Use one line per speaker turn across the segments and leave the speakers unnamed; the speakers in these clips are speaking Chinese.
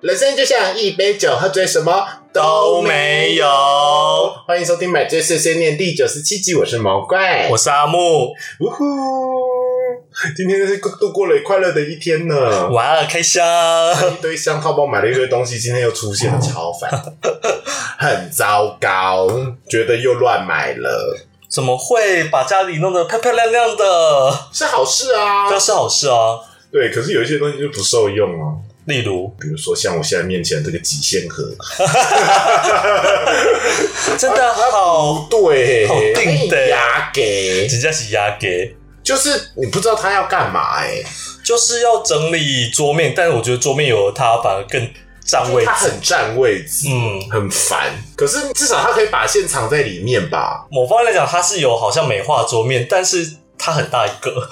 人生就像一杯酒，喝醉什么
都没有。
欢迎收听《买醉碎碎念》第九十七集，我是毛怪，
我是阿木，
呜呼！今天是度过了快乐的一天呢。
哇，开箱！
一堆香套包买了一堆东西，今天又出现了，超 烦，很糟糕，觉得又乱买了，
怎么会把家里弄得漂漂亮亮的？
是好事啊。
这是好事啊。
对，可是有一些东西就不受用啊，
例如，
比如说像我现在面前这个极限盒，
真的好，
对，
好定的
压哎给，
人家是压给，
就是你不知道他要干嘛哎、
就是要整理桌面，但是我觉得桌面有了它反而更占位
他
置。
很占位置，
嗯，
很烦。可是至少他可以把线藏在里面 吧？
某方面来讲，它是有好像美化桌面，但是它很大一个。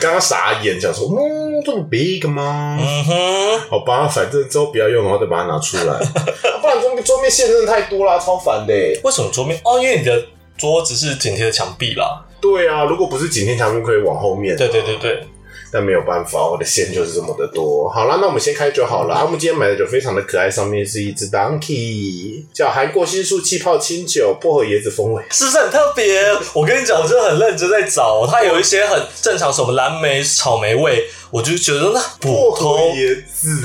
刚刚傻眼，想说，嗯，这么 big 吗？
嗯哼，
好吧，反正之后不要用的话，再把它拿出来， 不然桌面桌面线真的太多啦，超烦的、欸。
为什么桌面？哦，因为你的桌子是紧贴着墙壁啦。
对啊，如果不是景天墙面，可以往后面。啊
对对对对，
但没有办法，我的线就是这么的多。好啦，那我们先开酒好
嗯
了。阿木今天买的酒非常的可爱，上面是一只 donkey，叫韩国新宿气泡清酒，薄荷椰子风味。
是不是很特别？我跟你讲，我真的很认真在找，它有一些很正常，什么蓝莓、草莓味，我就觉得那
薄
普
荷
通。
椰子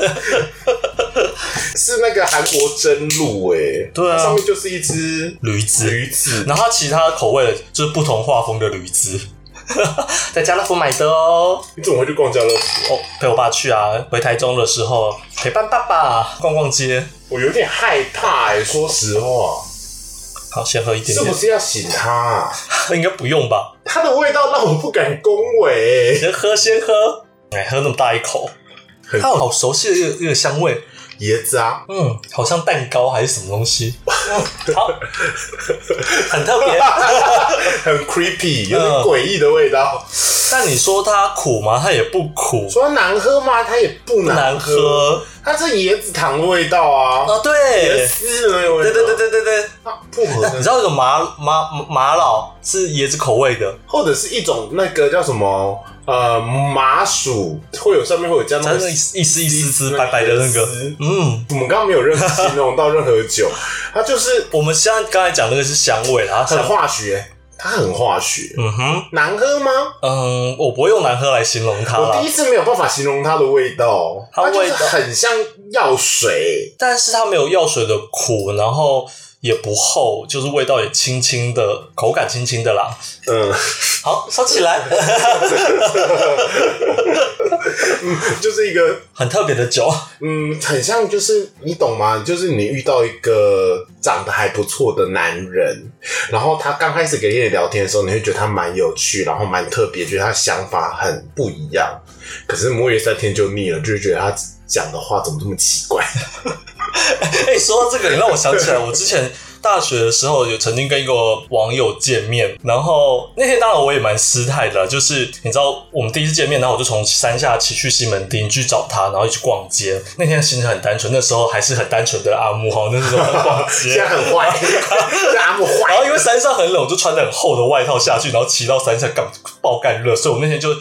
是那个韩国真露哎、
对啊
它上面就是一只
驴子，
驴子，
然后它其他口味的就是不同画风的驴子， 在家乐福买的哦。
你怎么会去逛家乐福啊？
哦，陪我爸去啊，回台中的时候陪伴爸爸逛逛街。
我有点害怕哎、说实话，
好，先喝一点
是不
点，
是要醒它、啊？
应该不用吧？
它的味道让我不敢恭维、
先哎喝，先喝。哎，喝那么大一口，
很
它有好熟悉的一个一个香味，
椰子啊，
嗯，好像蛋糕还是什么东西，嗯好，很特别。
很
嗯
creepy，有点诡异的味道。
但你说它苦吗？它也不苦，
说难喝吗？它也不
不
难
难
喝，
喝
它是椰子糖的味道啊，
哦，对，
丝的那个味
对
道。
对对，对对对。
嗯薄荷
你
的
知，道有麻麻麻老是椰子口味的，
或者是一种那个叫什么呃麻薯，会有上面会有加那
它
个
那一丝一丝一丝丝白白的那个，
丝
嗯，
我们刚刚没有任何形容到任何酒，它就是
我们现在刚才讲那个是香味啦，
很
它香，
化学，它很化学。
嗯哼，
难喝吗？
嗯，我不会用难喝来形容它
我
啦
第一，次没有办法形容它的味道，
它
它就是
味道
很像药水，
但是它没有药水的苦，然后也不厚，就是味道也轻轻的，口感轻轻的啦。
嗯，
好，收起来，
就是一个
很特别的酒，
嗯，很像就是你懂吗？就是你遇到一个长得还不错的男人，然后他刚开始跟你聊天的时候，你会觉得他蛮有趣，然后蛮特别，觉得他想法很不一样。可是摸鱼三天就腻了，就会觉得他讲的话怎么这么奇 怪？
哎、说到这个，你让我想起来，我之前大学的时候有曾经跟一个网友见面，然后那天当然我也蛮失态的啦，就是你知道我们第一次见面，然后我就从山下骑去西门町去找他，然后一起逛街。那天心情很单纯，那时候还是很单纯的阿木哈，那时候在逛
现在
街。
很坏，现在阿木
然后
坏，
因为山上很冷，我就穿着很厚的外套下去，然后骑到山下干爆干热，所以我那天就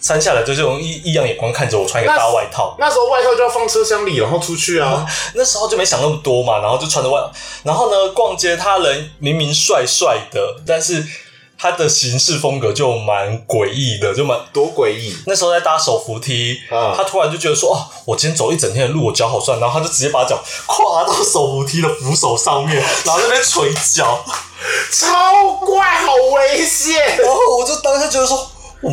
山下来就是用异异样眼光看着我穿一个大外套。
那时候外套就要放车厢里，然后出去啊。
那时候就没想那么多嘛，然后就穿着外，然后呢，逛街他人明明帅帅的，但是他的行事风格就蛮诡异的，就蛮。
多诡异！
那时候在搭手扶梯，
啊
他突然就觉得说：“哦，我今天走一整天的路，我脚好酸。”然后他就直接把脚跨到手扶梯的扶手上面， 然后在那边捶脚。
超怪，好危险！
然后我就当下觉得说，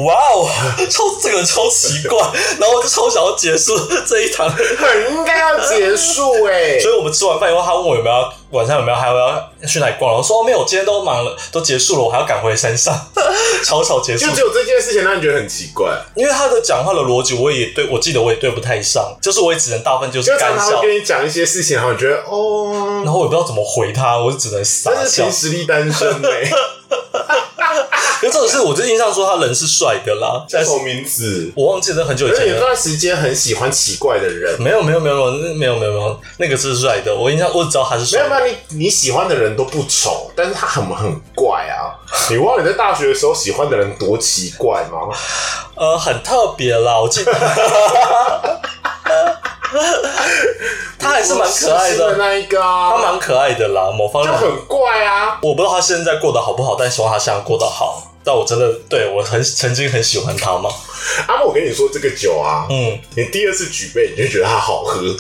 哇哦， 超这个人超奇怪，然后我就超想要结束这一堂。所
很应该要结束 哎、
以我们吃完饭以后，他问我有没有要晚上有没有还有要去哪里逛，然后说哦没有，今天都忙了，都结束了，我还要赶回山上， 草草结束
就。只有这件事情让你觉得很奇怪。
因为他的讲话的逻辑，我也对我记得我也对不太上，就是我也只能大部分就是
就
干
常常
笑
会，跟你讲一些事情，然后你觉得哦，
然后我也不知道怎么回他，我就只能傻
真是
笑
凭。实力单身 哎、
因为这种事，我就印象说他人是帅的啦，
叫
但
什
是
么名字？
我忘记了很久以
而且
前
有
了
一。段时间很喜欢奇怪的人，
没有没有没有没有没有没有没有，那个是帅的，我印象我只知道他是
没
帅
有
的。
没有，你你喜欢的人都不丑，但是他很很怪啊！你忘了你在大学的时候喜欢的人多奇怪吗？
呃，很特别啦，我记得。他还是蛮可爱
我是
的，
那一个啊，
他蛮可爱的啦。某方
就
面，
很怪啊。
我不知道他现在过得好不好，但希望他现在过得好。但我真的对我很曾经很喜欢他嘛，
阿啊莫，我跟你说这个酒啊，
嗯，
你第二次举杯，你就觉得它好喝。对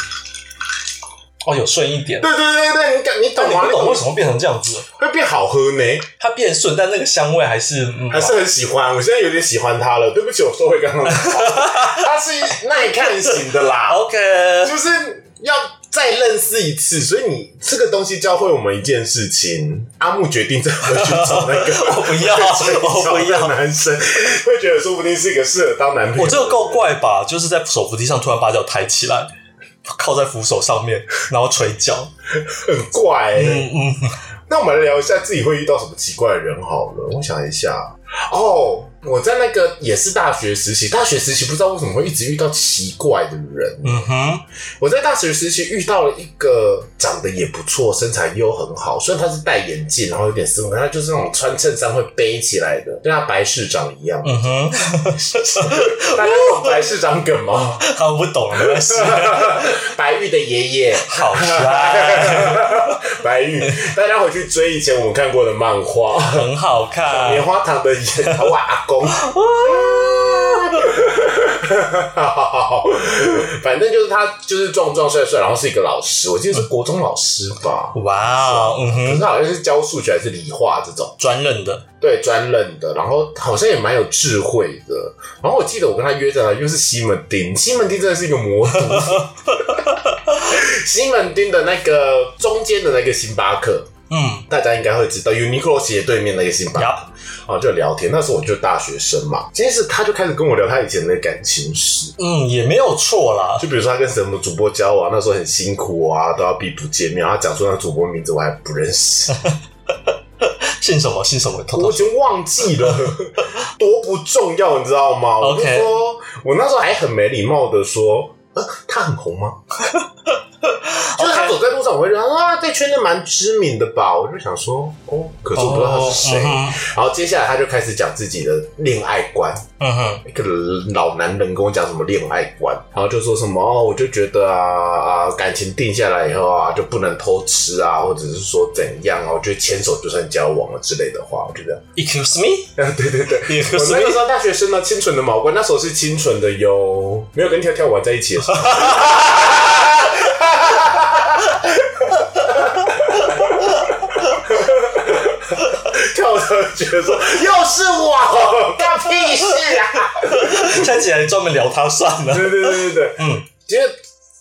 哦，有顺一点，
对对对，你感你
但
懂
你
吗？
不懂为什么变成这样子，
会变好喝呢？
它变顺，但那个香味还是、嗯、
还是很喜欢，我现在有点喜欢它了。对不起，我收回刚刚的 话。它是耐看型的啦，
OK。
就是要再认识一次。所以你这个东西教会我们一件事情，阿木决定再回去找那个
我不 要
会追
我不要
找的男生，会觉得说不定是一个适合当男朋友。
我这个够怪吧？就是在手扶梯上突然把脚抬起来，靠在扶手上面，然后捶脚。
很怪、欸。
嗯嗯，
那我们来聊一下自己会遇到什么奇怪的人好了。我想一下，哦，我在那个也是大学时期，大学时期不知道为什么会一直遇到奇怪的人。
嗯哼，
我在大学时期遇到了一个长得也不错，身材又很好，虽然他是戴眼镜，然后有点斯文，可他就是那种穿衬衫会背起来的，跟他白市长一样。
嗯哼，
大家懂白市长梗吗？
他不懂了，没关系
白玉的爷爷，
好帅，
白玉，大家回去追以前我们看过的漫画。
很好 看
棉。花糖的眼头啊，阿公。好 反正就是他，就是壮壮帅帅，然后是一个老师，我记得是国中老师吧，
哇哦，嗯
可
哼，
是好像是教数学还是理化这种，
专任的，
对，专任的，然后好像也蛮有智慧的。然后我记得我跟他约在哪，又是西门町，西门町真的是一个魔都。西门町的那个中间的那个星巴克，
嗯，
大家应该会知道，Uniqlo 斜对面那个星巴克。
呀，
啊，就聊天。那时候我就大学生嘛，其实他就开始跟我聊他以前的感情史，
嗯，也没有错啦。
就比如说他跟什么主播交往，那时候很辛苦啊，都要避不见面。然后他讲出那个主播名字我还不认识，
姓什么？姓什么？偷
我
偷
已经忘记了， 多不重要，你知道吗我就
OK
说，我那时候还很没礼貌的说。呃，他很红吗？ 就是他走在路上，我会觉得啊，这圈子蛮知名的吧。我就想说，哦，可是我不知道他是谁。
哦
然后接下来他就开始讲自己的恋爱观，
嗯哼，
一个老男人跟我讲什么恋爱观，然后就说什么哦，我就觉得啊啊，感情定下来以后啊，就不能偷吃啊，或者是说怎样啊，我觉得牵手就算交往了之类的话，我觉得，
，Excuse me，
啊， 对对对。我
Excuse
那个
me，
时候大学生呢，清纯的毛冠，那时候是清纯的哟，没有跟跳跳玩在一起的 时候。跳的觉得说又是 我，干屁事啊！
站起来专门聊他算 了。
对对对对对，
嗯，
其实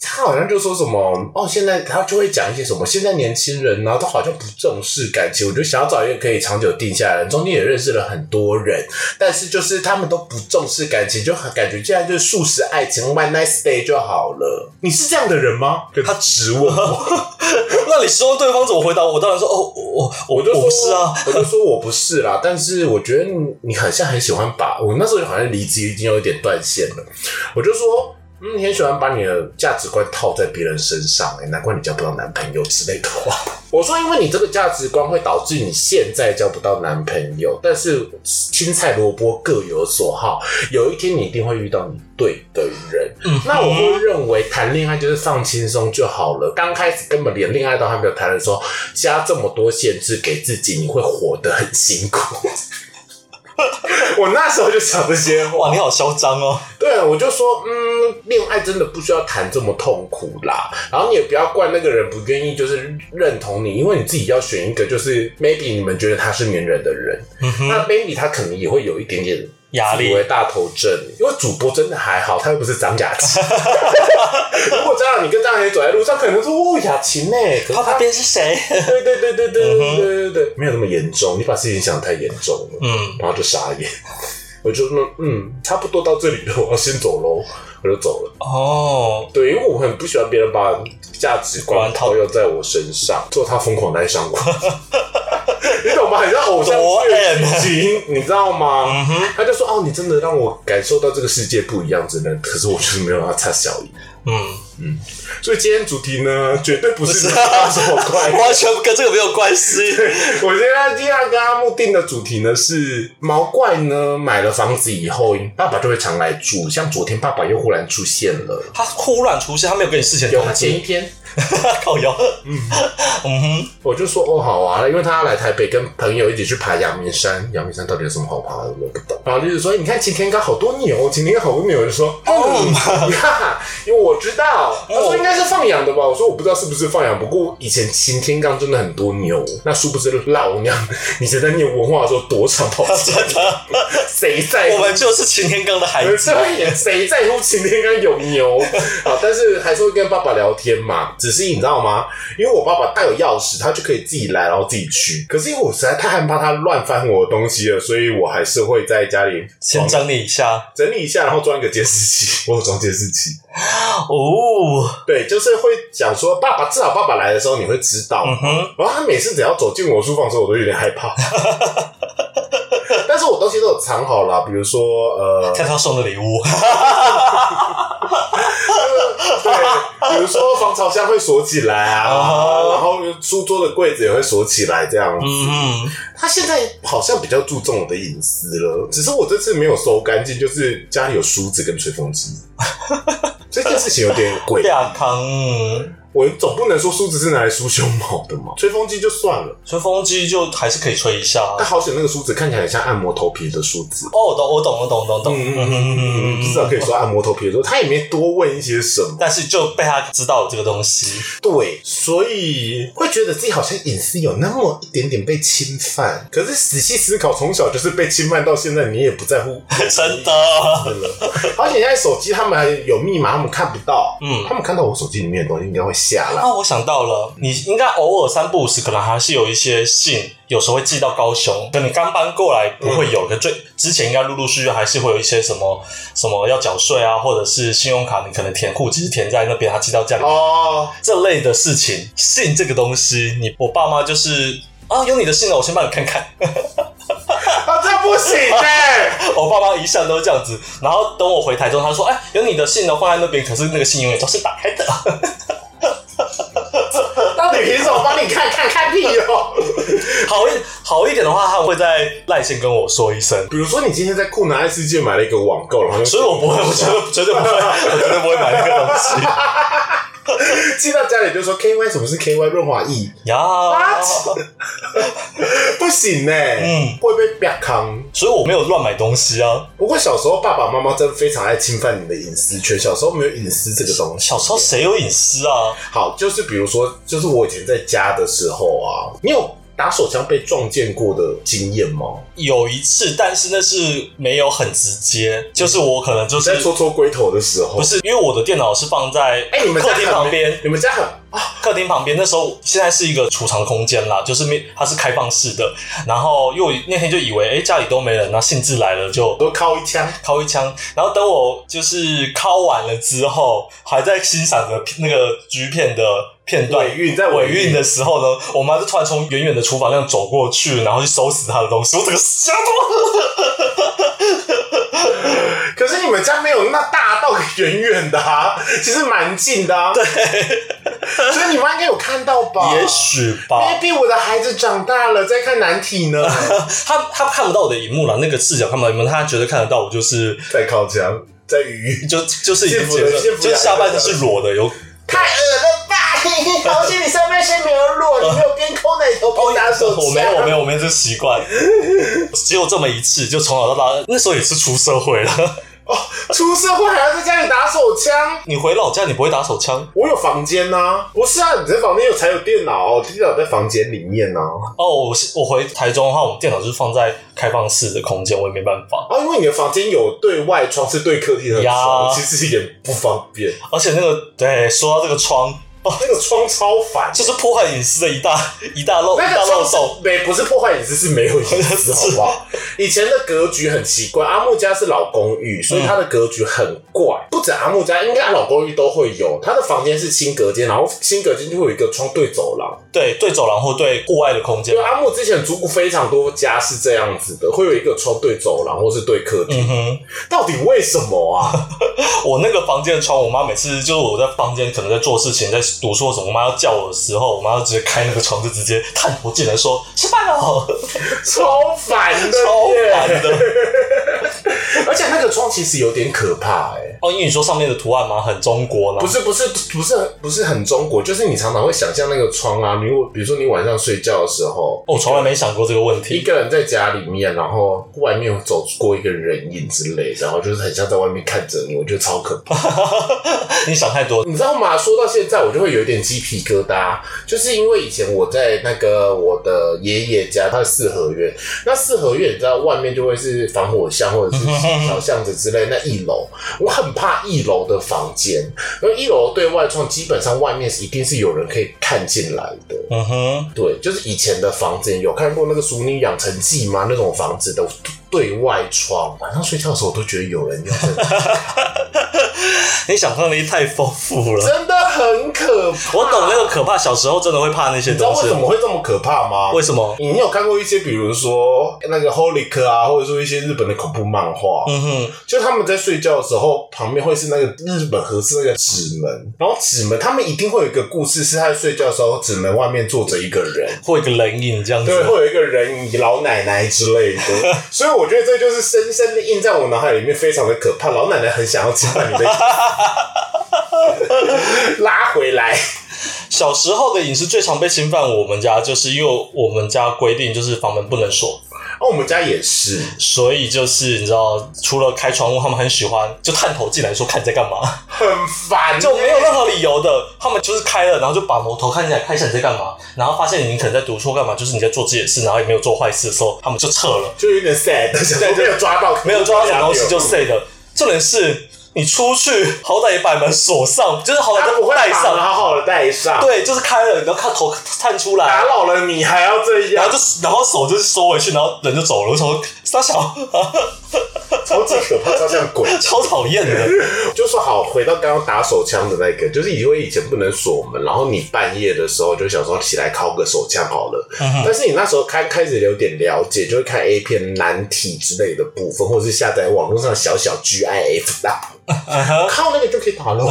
他好像就说什么哦，现在他就会讲一些什么，哦现在年轻人呢、都好像不重视感情，我就想要找一个可以长久定下来的人，中间也认识了很多人，但是就是他们都不重视感情，就很感觉现在就是素食爱情，one night stay 就好了。你是这样的人吗？就他质问我，
那你说对方怎么回答？我当然说，哦，我我
我就说
我不是啊，，
我就说我不是啦，但是我觉得你你很像很喜欢把我那时候好像离职已经有一点断线了，我就说。嗯，你很喜欢把你的价值观套在别人身上、欸，难怪你交不到男朋友之类的话。 我说，因为你这个价值观会导致你现在交不到男朋友，但是青菜萝卜各有所好，有一天你一定会遇到你对的人。
嗯哼
那我会认为谈恋爱就是放轻松就好了，刚开始根本连恋爱都还没有谈的时候，加这么多限制给自己，你会活得很辛苦。 我那时候就想这些话，
哇，你好嚣张哦！
对，我就说，嗯，恋爱真的不需要谈这么痛苦啦。然后你也不要怪那个人不愿意，就是认同你，因为你自己要选一个，就是 maybe 你们觉得他是粘人的人，
嗯哼，
那 maybe 他可能也会有一点点
压力
以为大头症，因为主播真的还好，他又不是张雅琴。如果张雅你跟张雅琴走在路上，可能说哦雅琴呢、可是
他旁边是谁？
对对对对对对对对对对，没有那么严重，你把事情想得太严重了。
嗯，
然后就傻眼。我就说，嗯，差不多到这里了，我要先走喽，我就走了。
哦，
对，因为我很不喜欢别人把价值观套用在我身上，做他疯狂的爱上我。 你懂吗？很像偶像
多
剧情，你知道吗？
嗯哼，
他就说：“哦，你真的让我感受到这个世界不一样，真的。可是我就是没有让他插小姨。
嗯，
所以今天主题呢，绝对不是拉手快乐。
完全跟这个没有 关系。
我现在今天跟阿木定的主题呢是毛怪呢买了房子以后，爸爸就会常来住。像昨天爸爸又忽然出现了，
他忽然出现，他没有跟你事前
有啊
通
前一
知，
天
靠腰。嗯哼，
我就说哦好啊，因为他要来台北跟朋友一起去爬阳明山，阳明山到底有什么好爬的我不懂。然后就是说哎你看擎天岗好多牛，擎天岗好多牛，我就说 哦呀， 因为我知道，他说应该是放养的吧，我说我不知道是不是放养，不过以前擎天岗真的很多牛，那殊不知老娘你前在念文化的时候多常跑
真的，
谁在乎
我？们就是擎天岗的孩子。
对，谁在乎晴天跟有 牛啊？但是还是会跟爸爸聊天嘛。只是你知道吗？因为我爸爸他有钥匙，他就可以自己来，然后自己去。可是因为我实在太害怕他乱翻我的东西了，所以我还是会在家里
先整理一下
整理一下，然后装一个监视器。 我有装监视器，
哦，
对，就是会想说，爸爸至少爸爸来的时候你会知道。
嗯哼，
然后他每次只要走进我书房的时候，我都有点害 怕。但是我东西都有藏好了，比如说呃，
看他送的礼物，
对，比如说防潮箱会锁起来啊，
哦
然后书桌的柜子也会锁起来，这样。
嗯哼，
他现在好像比较注重我的隐私了，只是我这次没有收干净，就是家里有梳子跟吹风机， 这件事情有点诡异。
亚康，嗯
我总不能说梳子是拿来梳胸毛的嘛，吹风机就算了，
吹风机就还是可以吹一下。
但好险那个梳子看起来很像按摩头皮的梳子。
哦，我懂，我懂，我懂，懂懂。
嗯
嗯嗯嗯
至
嗯
少可以说按摩头皮的时候，他也没多问一些什么。
但是就被他知道有这个东西，
对，所以会觉得自己好像隐私有那么一点点被侵犯。可是仔细思考，从小就是被侵犯到现在，你也不在乎
真的。
真的而且现在手机他们还有密码，他们看不到。
嗯
他们看到我手机里面的东西，应该会吓啦。
啊，我想到了，你应该偶尔三不五时，可能还是有一些信，有时候会寄到高雄。等你刚搬过来不会有，可最之前应该陆陆续续还是会有一些什么什么要缴税啊，或者是信用卡，你可能填户籍是填在那边，他寄到家里
哦，
这类的事情。信这个东西，你我爸妈就是啊，有你的信了，我先帮你看看。
啊，这不行哎、
我爸妈一向都这样子，然后等我回台中，他说：“哎、有你的信呢，放在那边，可是那个信永远都是打开的。
到底凭什么帮你看看看屁哦？
好一好一点的话，他会在赖线跟我说一声。
比如说，你今天在酷拿爱世界买了一个网购，然后
所以我不 会，我绝对绝对不会，我绝对不会买那个东西
寄到家里就说 K Y 什么是 K Y 润滑液？
呀。
不行哎、
嗯
会被啪康。
所以我没有乱买东西啊。
不过小时候爸爸妈妈真的非常爱侵犯你的隐私权，小时候没有隐私这个东西。
小时候谁有隐私啊？
好，就是比如说，就是我以前在家的时候啊，你有打手枪被撞见过的经验吗？
有一次，但是那是没有很直接，就是我可能就
在
是
戳戳龟头的时候
不，是因为我的电脑是放在
哎、你们家
客厅
很
旁边，
你们家很
客厅旁边那时候现在是一个储藏空间啦，就是没它是开放式的。然后因为我那天就以为哎、诶家里都没人，那兴致来了就
都靠一枪，
敲一枪。然后等我就是敲完了之后，还在欣赏着那个橘片的片段
尾。韵在
尾
尾
韵
韵的，
的时候呢，我妈就突然从远远的厨房那样走过去，然后去收拾她的东西。我整个吓到，
可是你们家没有那大到远远的啊，其实蛮近的啊。对，所以你妈应该有看到吧？
也许吧，
，maybe 我的孩子长大了，在看难题 呢，
她她看不到我的荧幕了，那个视角看不到荧幕，她觉得看得到我就是
在靠墙，在语韵。
就就是已经
幸福
觉
的
得
幸福
就
的
是下半身是裸的，有
太恶了吧！好险你上半身没有裸，你没有边抠奶头边打手枪。
哦我没 有，我没有，我没有这习惯， 只有这么一次，就从小到大，那时候也是出社会了。
出社会还要在家里打手枪。
你回老家，你不会打手枪
我有房间呐、不是啊，你在房间有才有电脑、电脑在房间里面呐、啊。
哦。我是我回台中的话，我们电脑就是放在开放式的空间，我也没办法。
哦因为你的房间有对外窗，是对客厅的窗，
呀
其实也不方便。
而且那个，对，说到这个窗，
那个窗超 烦，
就是破坏隐私的一大 一大漏一
那
大
个
漏
窗
洞。
是没不是破坏隐私，是没有隐 私，好不
嗯
好？以前的格局很奇怪，阿木家是老公寓，所以它的格局很怪，不止阿木家，应该老公寓都会有。她的房间是新隔间，然后新隔间就会有一个窗对走廊。
对对走廊或对户外的空间
因为，阿木之前租过非常多家是这样子的，会有一个窗对走廊或是对客厅。
嗯哼，
到底为什么 啊？
我那个房间的窗，我妈每次就是我在房间可能在做事情，在读书或什么，我妈要叫我的时候，我妈就直接开那个窗，就直接探头进来说吃饭哦，
超烦的，
超烦。的。
而且那个窗其实有点可怕哎、
哦，因为你说上面的图案吗？很中国呢
不。是不是不是不是很中国，就是你常常会想象那个窗啊，你比如说你晚上睡觉的时候，
哦我从来没想过这个问
一
题。
个人在家里面，然后外面走过一个人影之类，然后就是很像在外面看着你，我觉得超可怕。
你想太多。
你知道吗？说到现在，我就会有一点鸡皮疙瘩，就是因为以前我在那个我的爷爷家，他的四合院，那四合院你知道外面就会是防火巷或者是小巷子之类，那一楼我很怕一楼的房间，因为一楼对外窗基本上外面是一定是有人可以看进来的。
嗯哼，
对，就是以前的房子，你有看过那个《熟女养成记》吗？那种房子的对外窗，晚上睡觉的时候我都觉得有人要在那，
你想象力太丰富了。
真的很可怕。
我懂那个可怕，小时候真的会怕那些
你知道为
东西
什。么会这么可怕吗？
为什么？
你有看过一些，比如说那个 Holic 啊，或者说一些日本的恐怖漫画，
嗯哼，
就他们在睡觉的时候，旁边会是那个日本合适那个纸门，然后纸门他们一定会有一个故事，是他在睡觉的时候，纸门外面坐着一个人，
或一个冷饮这样
对，
子。
会有一个人影老奶奶之类
嗯
的， 所以我觉得这就是深深的印在我脑海里面，非常的可怕。老奶奶很想要侵犯你的 隐私，拉回来。
小时候的饮食最常被侵犯，我们家就是因为我们家规定就是房门不能锁，
哦，我们家也是，
所以就是你知道，除了开窗户，他们很喜欢就探头进来说看你在干嘛，
很烦，
就没有任何理由的，他们就是开了，然后就把头看起来，看一下你在干嘛，然后发现你可能在读书干嘛，就是你在做自己的事，然后也没有做坏事的时候，他们就撤了，
就有点 sad，想 说没有抓到，
没有抓到什么东西就 say 的。重点是你出去，好歹也把门锁上，就是好歹
他不
都
会
带
把门
上，
好好的带上，，
对，啊就是开了，然后看头探出来，
打扰了你还要这
然
样
后，就然后手就是收回去，然后人就走了。我想说，傻小，
超级可怕，超像 鬼。
超讨厌的。
就说好，回到刚刚打手枪的那个，就是因为以前不能锁门，然后你半夜的时候就想说起来敲个手枪好了。
嗯
但是你那时候开开始有点了解，就会看 A 片、难题之类的部分，或者是下载网络上小小 GIF 大，靠那个就可以打了。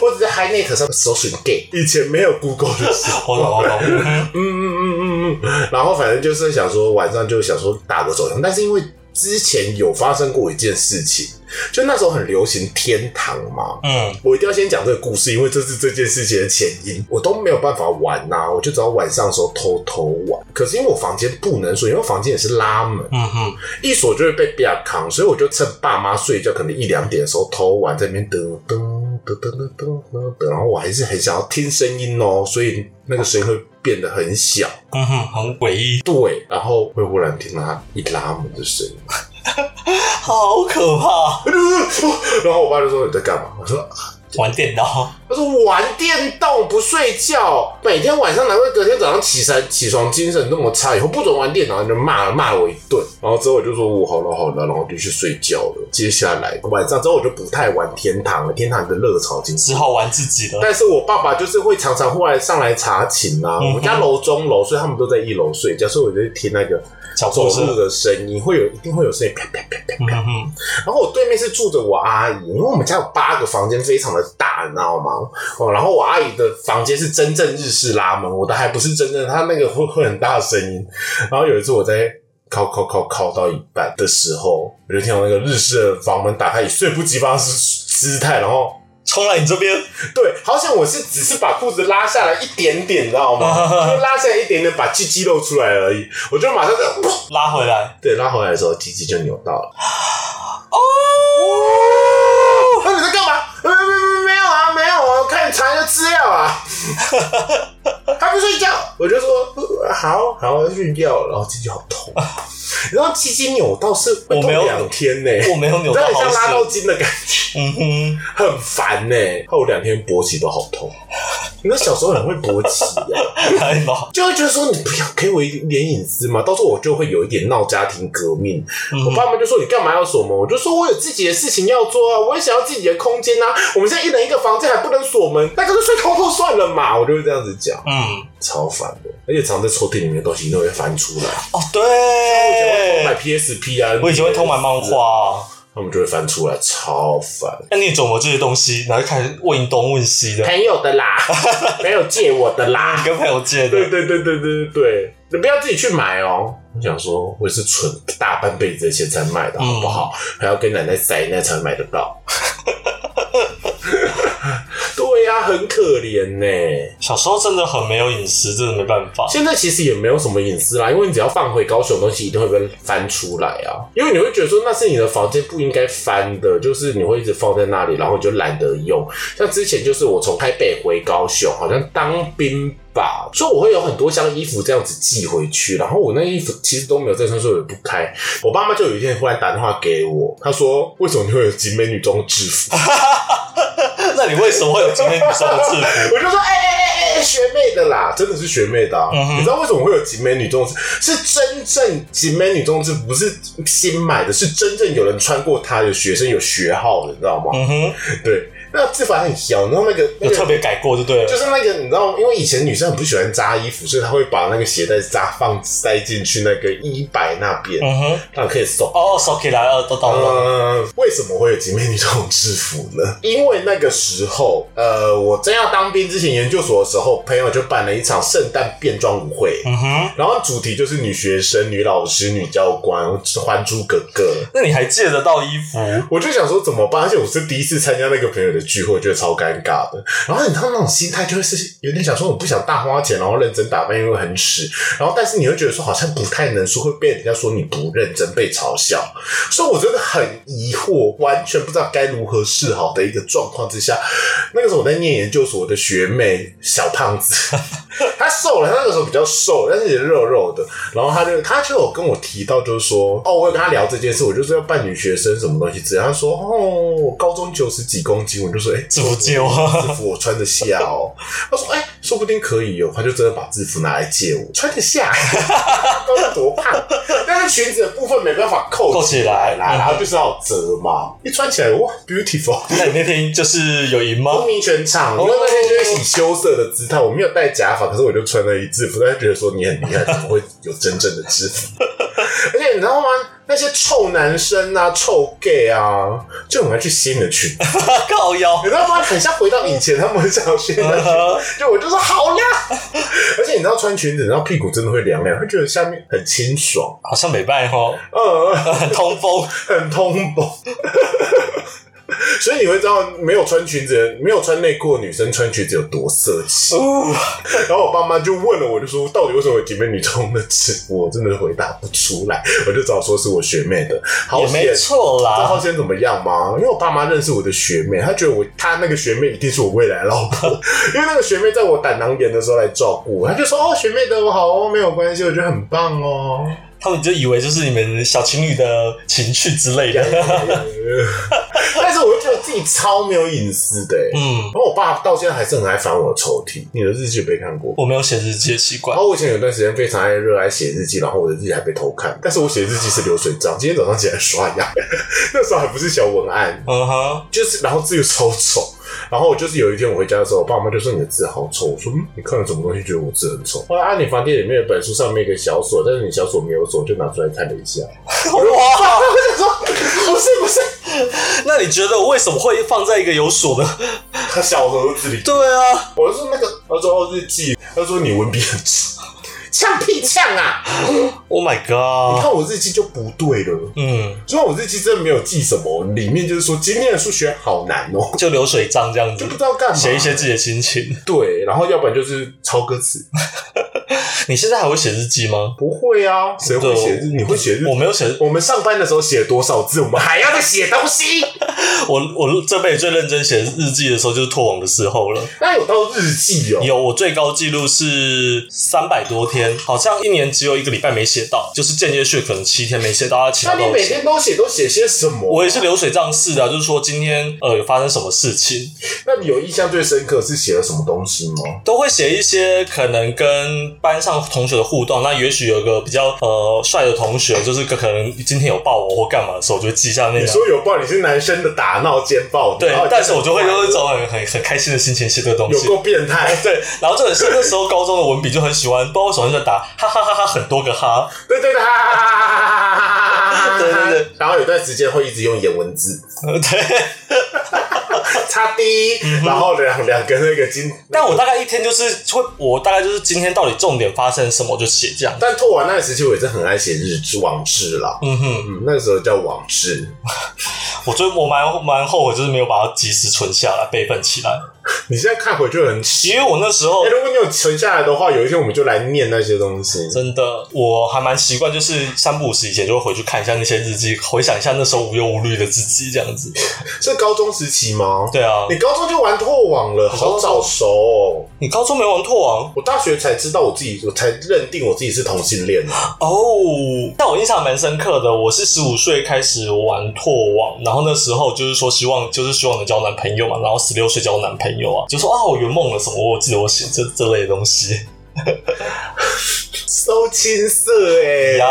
或者在 HiNet 上搜寻 gay，以前没有 Google 的时候，
我懂，我懂。
嗯嗯嗯嗯嗯，然后反正就是想说晚上就想说打个手枪，但是因为之前有发生过一件事情，就那时候很流行天堂嘛。
嗯，
我一定要先讲这个故事，因为这是这件事情的前因。我都没有办法玩呐、啊我就只好晚上的时候偷偷玩。可是因为我房间不能锁，因为我房间也是拉门，
嗯哼，
一锁就会被别人扛，所以我就趁爸妈睡觉，可能一两点的时候偷玩，在那边噔噔噔噔噔噔噔，然后我还是很想要听声音哦，所以那个声音会变得很小。
嗯哼，很诡异，
对，然后会忽然听到他一拉门的声音，
好可怕。
然后我爸就说你在干嘛？我说
玩电脑，
他说玩电动不睡觉，每天晚上难怪隔天早上起身起床精神那么差，以后不准玩电脑，就骂了骂了我一顿。然后之后我就说我好了好了，然后就去睡觉了。接下来晚上之后我就不太玩天堂了，天堂的热潮经
只
济。
好玩自己的。
但是我爸爸就是会常常会来上来查寝啊，
嗯
我们家楼中楼，所以他们都在一楼睡觉，所以我就听那个
小
走
故事。
路的声音，会有一定会有声音啪啪啪啪
嗯哼，
然后我对面是住着我阿姨，因为我们家有八个房间，非常的大，你知道吗？哦，然后我阿姨的房间是真正日式拉门，我的还不是真正，她那个会会很大的声音。然后有一次我在敲敲敲敲到一半的时候，我就听到那个日式的房门打开，以猝不及防之姿态，然后
冲来你这边，
对，好像我是只是把裤子拉下来一点点，你知道吗？就拉下来一点点，把鸡鸡露出来而已，我就马上就噗
拉回来。
对，拉回来的时候，鸡鸡就扭到了。
哦，
哦那你在干嘛？没没没有啊，没有啊，我看你查一个资料 啊。还不睡觉？我就说呃好好要去尿，然后鸡鸡好痛，然后鸡鸡扭到是会
我没有
痛两天呢、
我没有扭
真的
到
很
好
像拉
死。
到筋的感觉，
嗯哼，
很烦呢、后两天勃起都好痛，你那小时候很会勃起啊，
太毛。
就会觉得说你不要给我一点隐私嘛，到时候我就会有一点闹家庭革命。
嗯
我爸妈就说你干嘛要锁门？我就说我有自己的事情要做啊，我也想要自己的空间啊。我们现在一人一个房间还不能锁门，那干脆睡偷偷算了嘛。我就会这样子讲，
嗯，
超烦的。而且常在抽屉里面的东西都会翻出来，
哦，
我买
对，
PSP 啊，
哎我以前会偷买漫画、啊，
他们就会翻出来，超 烦。
那你也琢磨这些东西，然后就开始问东问西的，
朋友的啦， 朋友借我的啦
你， 跟朋友借的
对，对对对对对对，你不要自己去买哦。我想说，我也是存大半辈子的钱才买的，
嗯
好不好？还要跟奶奶塞奶才买得到。 对呀、很可怜呢、
小时候真的很没有隐私，真的没办法。
现在其实也没有什么隐私啦，因为你只要放回高雄的东西，一定会被翻出来啊。因为你会觉得说那是你的房间不应该翻的，就是你会一直放在那里，然后你就懒得用。像之前就是我从台北回高雄，好像当兵吧，所以我会有很多箱衣服这样子寄回去，然后我那衣服其实都没有再穿，所以我也不开。我爸妈就有一天忽然打电话给我，他说：“为什么你会有集美女装制服？”
那你为什么会有今天女生的制服？
我就说，哎哎哎哎，学妹的啦，真的是学妹的、啊。
嗯哼
你知道为什么会有集美女装制？是真正集美女装制，不是新买的，是真正有人穿过它，有学生有学号的，你知道吗？
嗯哼，
对，那制服还很小，然后那个那
有特
个。
别改过就对
就
了。
是那个，你知道，因为以前女生很不喜欢扎衣服，所以她会把那个鞋带扎放塞进去那个衣摆那边，
嗯哼，
让可以收
哦哦，sorry 啦，呃，都懂了。
呃，为什么会有集美女这种制服呢？因为那个时候，呃，我真要当兵之前，研究所的时候，朋友就办了一场圣诞变装舞会，
嗯哼，
然后主题就是女学生、女老师、女教官，《还珠格格》。
那你还借得到衣服？
我就想说怎么办，而且我是第一次参加那个朋友的聚会，我觉得超尴尬的。然后你知道那种心态就会是有点想说我不想大花钱，然后认真打扮，因为很耻。然后但是你会觉得说好像不太能说，会被人家说你不认真，被嘲笑。所以我真的很疑惑，完全不知道该如何是好的一个状况之下。那个时候我在念研究所的学妹小胖子，她瘦了，她那个时候比较瘦，但是也肉肉的。然后她就她就有跟我提到，就是说哦，我有跟她聊这件事，我就是要扮女学生什么东西之类的。她说哦，我高中九十几公斤，我就说哎，
制服借 我
制服我穿得下哦。她说哎，说不定可以哦。她就真的把制服拿来借我，穿得下， 高中多胖，但是裙子的部分没办法扣
扣起来
啦，然后就是要折嘛，一穿起来哇，beautiful。
那你那天就是有赢吗？
风靡全场，因为哦那天就是以羞涩的姿态，我没有戴假发，可是我就穿了一制服，大家觉得说你很厉害，怎么会有真正的制服？ 而且你知道吗？那些臭男生啊、臭 gay 啊，就很爱去掀你的裙子，
靠腰
你。知道吗？很像回到以前他们会这样掀的裙子，就我就说好啦。而且你知道穿裙子，然后屁股真的会凉凉，会觉得下面很清爽，
好像没办哦，
嗯，
很 通风。
很通风。 所以你会知道，没有穿裙子的、没有穿内裤的女生穿裙子有多色气。
哦，
然后我爸妈就问了我，就说到底为什么有姐妹女中的制服？ 我真的回答不出来，我就只好说是我学妹的。好
也
险，
没
知
错
道
啦
好。险怎么样吗？因为我爸妈认识我的学妹，他觉得我他那个学妹一定是我未来老 婆，因为那个学妹在我胆囊炎的时候来照顾我，他就说哦学妹的我好哦，没有关系，我觉得很棒哦。
他们就以为就是你们小情侣的情趣之类 的。
但是我就觉得自己超没有隐私的、欸。
嗯，
然后我爸到现在还是很爱翻我的抽屉。你的日记有被看过吗？
我没有写日记的习惯
然。后我以前有段时间非常爱热爱写日记，然后我的日记还被偷看，但是我写日记是流水账。今天早上起来刷牙， 那时候还不是小文案，
嗯哼，
就是然后字又超丑。然后我就是有一天我回家的时候，我爸妈就说你的字好丑。我说嗯，你看了什么东西觉得我字很丑？后来啊按你房间里面的本书上面一个小锁，但是你小锁没有锁，就拿出来看了一下。
哇！
我想说不是不是，
那你觉得我为什么会放在一个有锁的？。
小盒子里
对啊，
我就说那个，他说哦日记，他说你文笔很差，呛屁呛啊！
Oh my
你
god！
看我日记就不对了。
嗯，
虽然我日记真的没有记什么，里面就是说今天的数学好难哦、
就流水账这样
就不，
子
知道干嘛。
写一些自己的心情。
对，然后要不然就是抄歌词，
你现在还会写日记吗？
不会啊，谁会写日？
对
你会写日？
我没有写，
我们上班的时候写多少字，我们还要再写东 西？
我我这辈子最认真写日记的时候就是拓网的时候了。
那有到日记哦、
有我最高记录是三百多天，好像一年只有一个礼拜没写到，就是间接去可能七天没写到，啊其
那
他
你
都
每
有写。
天都写，都写些什么？
我也是流水账式的啊、就是说今天呃有发生什么事情，
那你有印象最深刻是写了什么东西吗？
都会写一些可能跟班上同学的互动。那也许有个比较呃帅的同学，就是可能今天有抱我或干嘛的时候，我就会记一下那
你
个。
说啊有抱，你是男生的打闹兼抱，
啊对
然后，你
但是我就会用一种很很很开心的心情写这个东
有
西。
够变态。
对，然后这本是那时候高中的文笔就很喜欢，不知道为什么就打哈哈哈哈很多个哈，
对对对，哈哈哈哈哈哈哈哈
对对对。
然后有段时间会一直用颜文字，
呃对。嗯
擦滴，然后两两个那个金。
但我大概一天就是会，我大概就是今天到底重点发生什么我就写这样。
但拓完那个时期，我也是很爱写日志、网志啦。
嗯哼，
嗯，那个时候叫网志。
我最我蛮蛮后悔，就是没有把它及时存下来备份起来，
你现在看回去很气。
因为我那时候
哎，如果你有存下来的话，有一天我们就来念那些东西。
真的我还蛮习惯，就是三不五时以前就会回去看一下那些日记，回想一下那时候无忧无虑的自己这样子。
是高中时期吗？
对啊，
你高中就玩拓网了，好早熟哦！
你高中没玩拓王
我大学才知道我自己，我才认定我自己是同性恋啊。
哦，但我印象蛮深刻的，我是十五岁开始玩拓网，然后那时候就是说希望就是希望能交男朋友嘛，然后十六岁交男朋友啊，就说啊我圆梦了什么，我记得我写这这类的东西。
收青涩哎、
呀，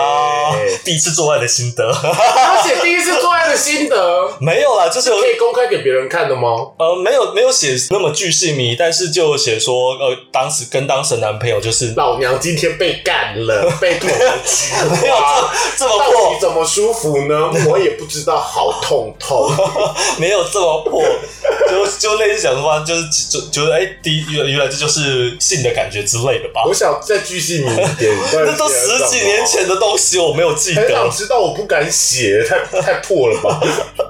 第一次做爱的心得
而且第一次做爱的心 得，
没有啦，就是有
可以公开给别人看的吗？
呃没有没有写那么巨细迷，但是就写说呃当时跟当时的男朋友就是
老娘今天被干 了，被捅了菊
没有
花，
这这么
到底
破，
怎么舒服呢？我也不知道，好痛痛。
没有这么破，就就类似讲说就是就就是哎第一原原来这就是性的感觉之类的吧
我，想再巨细迷一 点，
那都十几年。前的东西，我没有记
很想
得。
知道，我不敢写，太太破了吧？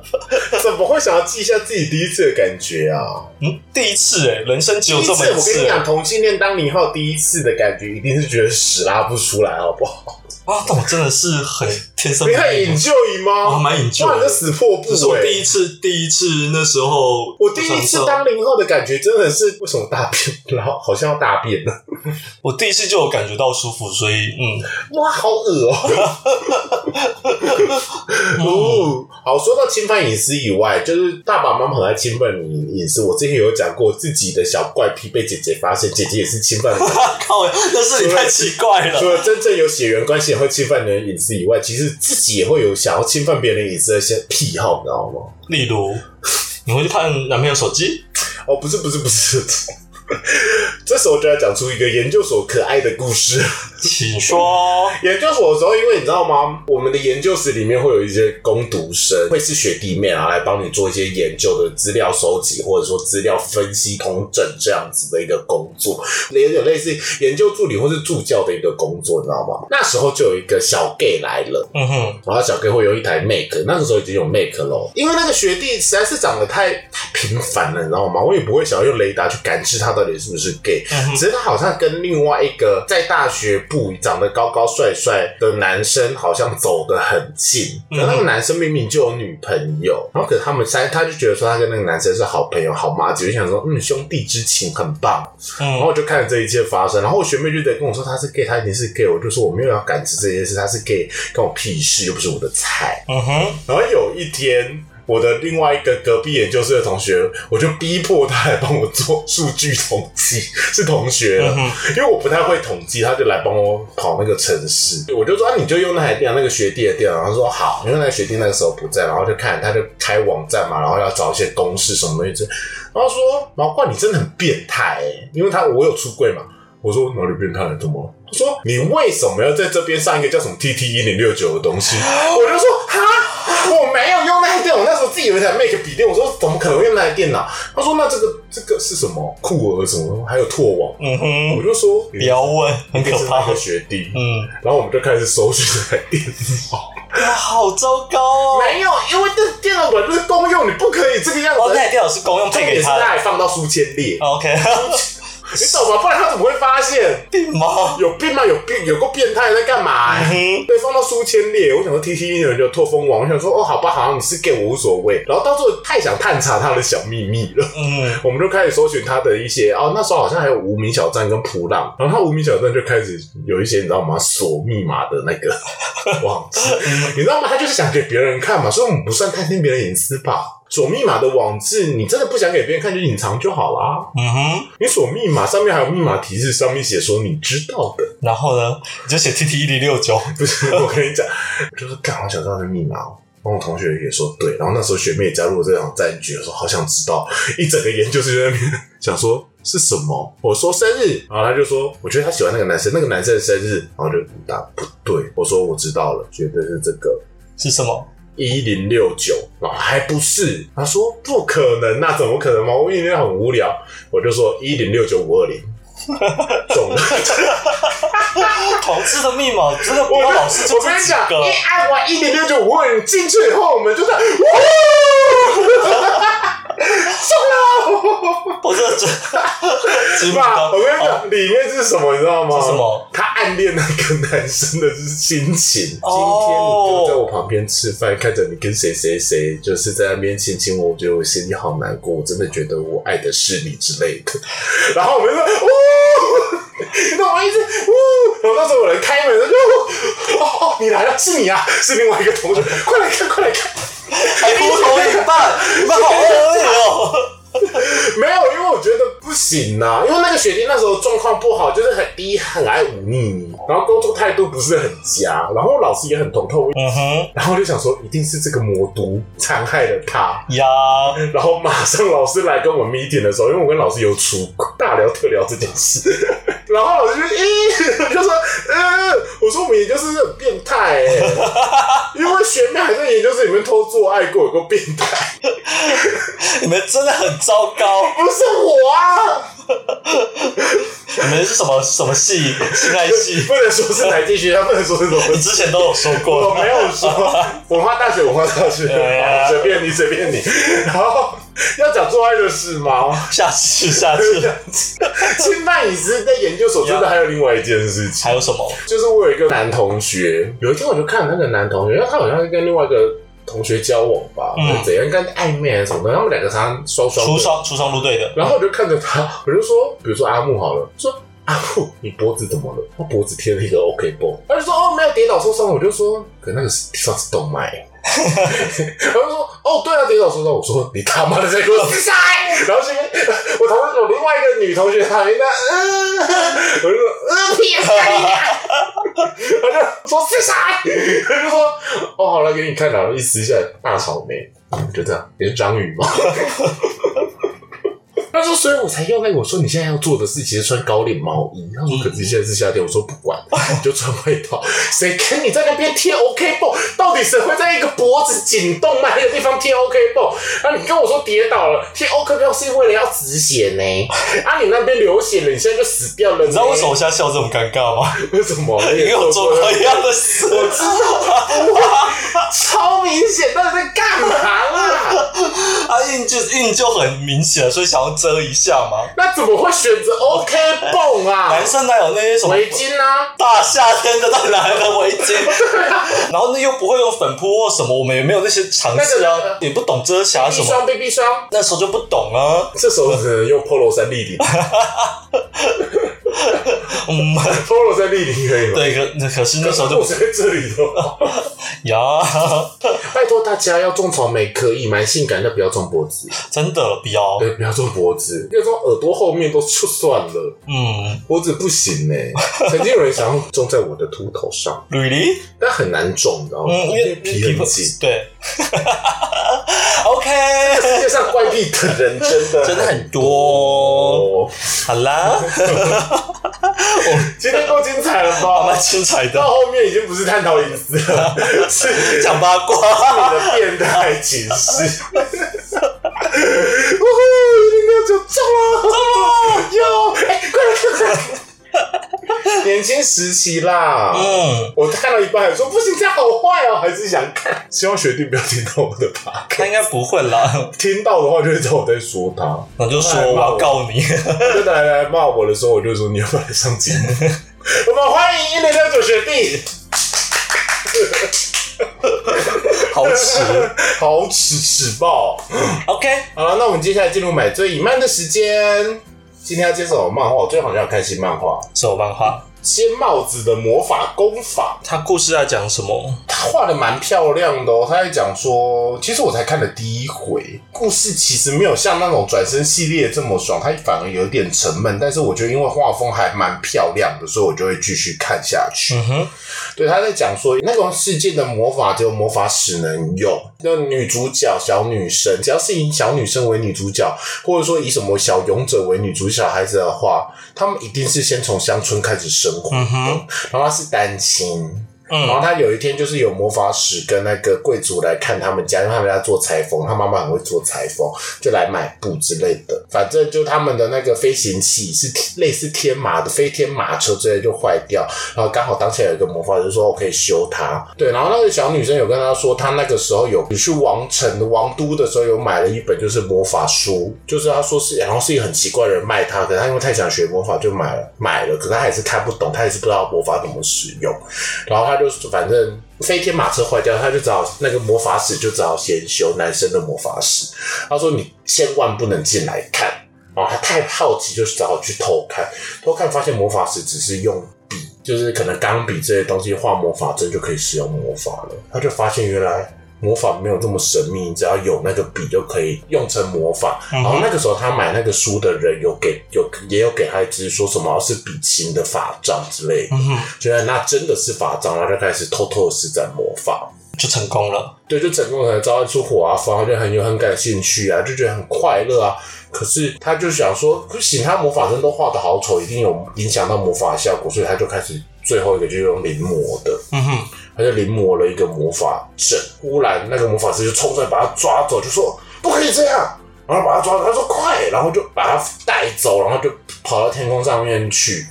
怎么会想要记一下自己第一次的感觉啊？
嗯，第一次哎、人生只有
第
这
一次，
么
我跟你
次、
讲，同性恋当零号第一次的感觉，一定是觉得屎拉不出来，好不好？
啊！但我真的是很天生
你很
丽
enjoy
我
吗？
还蛮 enjoy
哇，你这
的。
死破布、
这是我
欸！
第一次，第一次那时候，
我第一次当零号的感觉真的是为什么大便，然后好像要大便 了，
我第一次就有感觉到舒服，所以嗯，
哇，好恶哦、
嗯
哦，好，说到侵犯隐私以外，就是爸爸妈妈很爱侵犯你隐私。我之前有讲过，自己的小怪癖被姐姐发现，姐姐也是侵犯我。
靠，那是你太奇怪了。
除了真正有血缘关系也会侵犯人的隐私以外，其实自己也会有想要侵犯别人的隐私的一些癖好，你知道吗？
例如，你会去看男朋友手机？
哦，不是，不是，不是。 这时候就要讲出一个研究所可爱的故事。
请说。
研究所的时候，因为你知道吗，我们的研究室里面会有一些攻读生，会是学弟妹啊，来帮你做一些研究的资料收集，或者说资料分析、统整这样子的一个工作，也有类似研究助理或是助教的一个工作，你知道吗？那时候就有一个小 gay 来了。
嗯哼，
然后小哥会有一台 Make，那个时候已经有 Make 咯，因为那个学弟实在是长得太太平凡了，你知道吗？我也不会想要用雷达去感知他到底是不是 gay，、
嗯哼，
只是他好像跟另外一个在大学部长得高高帅帅的男生好像走得很近，
嗯
可那个男生明明就有女朋友，然后可是他们三他就觉得说他跟那个男生是好朋友好妈子，就想说嗯兄弟之情很棒，然后
嗯，
我就看着这一切发生，然后我学妹就在跟我说她是 gay，她一定是 gay，我就说我没有要感知这件事，她是 gay 跟我屁事，又不是我的菜。
嗯哼，
然后有一天，我的另外一个隔壁研究室的同学，我就逼迫他来帮我做数据统计，是同学了
嗯哼，
因为我不太会统计，他就来帮我跑那个城市。我就说、啊、你就用那台电脑，那个学弟的电脑。他说好，因为那个学弟那个时候不在，然后就看他就开网站嘛，然后要找一些公式什么东西，然后说毛怪你真的很变态、欸，因为他我有出柜嘛。我说哪里变态了？怎么了？他说你为什么要在这边上一个叫什么 TT 一零六九的东 西？我就说哈，我没有用那台电脑，我那时候自己有一台 Make 笔电，我说怎么可能会用那台电脑？他说那这个这个是什么酷儿什么，还有拓网，
嗯哼，
我就说
不要问，很可
是那
怕
个。学弟，
嗯，
然后我们就开始搜寻这台电脑。
哇，好糟糕哦！
没有，因为这电脑本来就是公用，你不可以这个样
哦，那
子。
台电脑是公用
重
配
点
给
是
他
他
的。
还放到书签列，
OK，
你懂吗？不然他怎么会发现？
病吗？
有病吗？有病，有个变态在干嘛、
嗯哼，
被放到书签列，我想说 T T 人就拓风王，我想说哦，好吧，好，你是 gay 我无所谓。然后到最后太想探查他的小秘密了，
嗯，
我们就开始搜寻他的一些哦，那时候好像还有无名小站跟普朗，然后他无名小站就开始有一些你知道吗？锁密码的那个 网址，你知道吗？他就是想给别人看嘛，所以我们不算探听别人隐私吧。锁密码的网志，你真的不想给别人看就隐藏就好啦。
嗯哼，
你锁密码上面还有密码提示，上面写说你知道的。
然后呢，你就写 T T 一零六九，
不是，我跟你讲，就是干，好想知道他的密码哦。然后我同学也说对，然后那时候学妹也加入了这场战局，我说好想知道， 一整个研究室在那边想说是什么。我说生日，然后他就说我觉得他喜欢那个男生，那个男生的生日，然后就答不对。我说我知道了，绝对是这个
是什么？
一零六九，然后还不是。他说不可能啊那、怎么可能嘛？我一零很无聊，我就说一零六九五二零，中了。
同志的密码真的不
我
要
跟
老是
我
就
跟
这
你
几
讲，
个
一，按完一零六九五二零进去以后，我们就是哇，中了！
我 真的觉得吉
是
姆
吧？
高
我跟你讲，里面哦是什么，你知道吗？
哦是什么？
他暗恋那个男生的是心情。
哦
今天你哥在我旁边吃饭，看着你跟谁谁谁，就是在那边亲亲我，我觉得我心里好难过，我真的觉得我爱的是你之类的。然后我们就呜，你懂吗？一直呜，哦然后那时候有人开门，他就呜哦哦，你来了，是你啊，是另外一个同学，快来看，快来看。
还哭同哎一半，你们好恶劣哦！
没有，因为我觉得不行呐、因为那个雪莉那时候状况不好，就是很低，很爱忤逆你，然后工作态度不是很佳，然后老师也很通透，
嗯哼，
然后我就想说一定是这个魔毒残害了他，
呀，
然后马上老师来跟我们 meeting 的时候，因为我跟老师有出大聊特聊这件事， 然后老师就咦、就说，呃，我说我们研究室是很变态、欸，因为学妹还在研究室里面偷做爱过，有个变态，
你们真的很糟糕，
不是我啊。
你们是什么什么系？性爱系？
不能说是哪间学校，不能说是什么
你之前都有说
我
过，
没有说文化大学，文化大学，
对啊
好随便你，随便你。然后要讲做爱的事吗？
下次下次
侵犯隐私在研究所真的还有另外一件事情，
还有什么？
就是我有一个男同学，有一天我就看那个男同学，因为他好像是跟另外一个同学交往吧，
嗯
还是怎样跟暧昧还是什么的，他们两个常常双双
出双出双入对的，
然后我就看着他，我就说，比如说阿木好了，说阿木，你脖子怎么了？他脖子贴了一个 OK 绷，他就说哦没有跌倒受伤，我就说可那个是地方是动脉。 然后就说哦，对啊，跌倒受伤。我说你他妈的在给我自杀！然后这边 我同事有另外一个女同学，她应该嗯，我就说嗯， 屁啊！我就说自杀， 他就说哦，好了，给你看了，一撕下来大草莓，就这样，你是章鱼吗？ 他说，所以我才要那个。我说你现在要做的事情是穿高领毛衣。他说，可是现在是夏天。我说不管，你就穿外套。谁跟你在那边贴 OK 绷？到底谁会在一个脖子颈动脉那个地方贴 OK 绷？啊，你跟我说跌倒了，贴 OK 绷是为了要止血呢？啊，你那边流血了，你现在就死掉了呢。
你知道为什么我现在笑这么尴尬吗？
为什么？因
因为我做过一样 的
我
事，
知道，哇，超明显，到底在干嘛啦？
啊，印就印就很明显了，所以想要遮一下嘛。
那怎么会选择 OK 泵啊
男？生哪有那些什么
围巾啊？
大夏天的，到底哪来的围 巾？然后那又不会用粉扑或什么，我们也没有那些常识
那个
啊，也不懂遮瑕什
BB
么，
霜，BB 霜。
那时候就不懂啊。
这时候只能用 Polo 衫立领
嗯，
，Polo 衫立领可以吗？
对，可那可 是那时 候就
我在这里的 话，
呀，
拜托大家要种草莓可以蛮性感，但不要种脖子，
真的不要，
对，不要种脖子，要种耳朵后面都就算了，
嗯
脖子不行呢、欸 曾经有人想要种在我的秃头上，
，really，
但很难种，哦你知道吗？
嗯，因为
皮很紧。
对 ，OK，
世界上怪癖的人真的
真的很多。
多。
好 啦，
哦今天够精彩了
还蛮
吧？
精彩
到
的，
后面已经不是探讨隐私了，是你
讲八卦。
的变态情绪。呜呼！一零六九中了，中了！哟，哎，快来快来！年轻时期啦。
嗯，
我看到一半还说不行，这样好坏哦，还是想看。希望学弟不要听到我们的 p
他应该不会 啦。
听到的话就会知道我在说他。
我就说我要告你，
就奶奶骂我的时候，我就说你要不要来上节目？我们欢迎一零六九学弟，
好迟。
好耻耻爆！
OK，
好了，那我们接下来进入买最已漫的时间。今天要介绍我漫画，我最近好像有看新漫画《
手漫画，
新帽子的魔法功法》。
他故事在讲什么？
他画的蛮漂亮的哦。他在讲说，其实我才看了第一回，故事其实没有像那种转身系列这么爽，它反而有点沉闷。但是我觉得因为画风还蛮漂亮的，所以我就会继续看下去。
嗯哼，
对，他在讲说那种世界的魔法只有魔法使能用。那女主角小女生，只要是以小女生为女主角，或者说以什么小勇者为女主小孩子的话，他们一定是先从乡村开始生活。
嗯哼，
然后他是单亲，
嗯
然后他有一天就是有魔法使跟那个贵族来看他们家，因为他们家做裁缝，他妈妈很会做裁缝，就来买布之类的。反正就他们的那个飞行器是类似天马的飞天马车之类的就坏掉，然后刚好当下有一个魔法就说我可以修它。对，然后那个小女生有跟他说，她那个时候有去王城王都的时候有买了一本就是魔法书，就是她说是，然后是一个很奇怪的人卖她，可是她因为太想学魔法就买了买了，可是她还是看不懂，她也是不知道魔法怎么使用。然后他就反正飞天马车坏掉，他就找那个魔法使，就只好先修男生的魔法使。他说你千万不能进来看啊！他太好奇，就是只好去偷看。偷看发现魔法使只是用笔，就是可能钢笔这些东西画魔法阵就可以使用魔法了。他就发现原来。魔法没有这么神秘，只要有那个笔就可以用成魔法。
嗯
然
哼
后那个时候他买那个书的人有给有也有给他一支说什么是笔琴的法杖之类的，
嗯哼，
觉得那真的是法杖，然后就开始偷偷的施展魔法。
就成功了。
对，就整个可能召唤出火啊风啊，就很有很感兴趣啊，就觉得很快乐啊。可是他就想说，不行，他魔法阵都画的好丑，一定有影响到魔法效果，所以他就开始最后一个就用临摹的，
嗯哼，
他就临摹了一个魔法阵。忽然那个魔法师就冲出来把他抓走，就说不可以这样，然后把他抓走，他说快，然后就把他带走，然后就跑到天空上面去。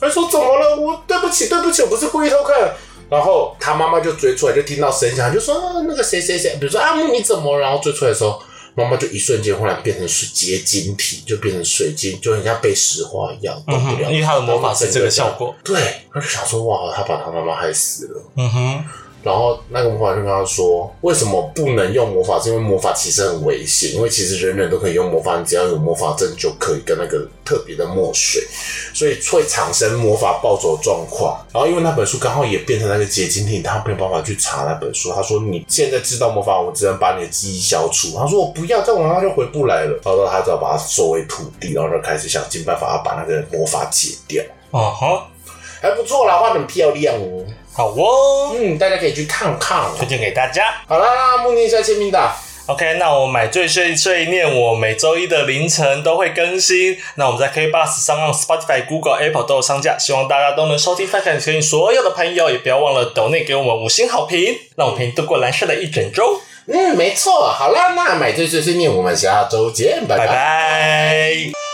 他说怎么了？我对不起，对不起，我不是故意偷看。然后他妈妈就追出来，就听到声响，就说、啊那个谁谁谁，比如说阿木你怎么了？然后追出来的时候，妈妈就一瞬间忽然变成是结晶体，就变成水晶，就很像被石化一样，动
嗯
不
哼，
了。
因为他的魔法是这个效果。
对，他就想说哇，他把他妈妈害死了。
嗯哼，
然后那个魔法就跟他说，为什么不能用魔法？是因为魔法其实很危险，因为其实人人都可以用魔法，你只要有魔法阵就可以跟那个特别的墨水，所以会产生魔法暴走状况。然后因为那本书刚好也变成那个结晶体，他没有办法去查那本书。他说你现在知道魔法，我只能把你的记忆消除。他说我不要，再往上就回不来了。然后他就要把它收为徒弟，然后就开始想尽办法要把那个魔法解掉。
嗯哼，
还不错啦，画得很漂亮哦。
好哦，
嗯，大家可以去看看哦。
推荐给大家。
好啦，那木念一下签名档。
OK，那我买醉碎碎念，我每周一的凌晨都会更新。那我们在 K Bus 上、岸 Spotify、Google、Apple 都有上架，希望大家都能收听、分享给你所有的朋友，也不要忘了抖内给我们五星好评，让我们陪你度过蓝色的一整周。
嗯，没错。好啦，那买醉碎碎念，我们下周见，拜
拜
拜
拜。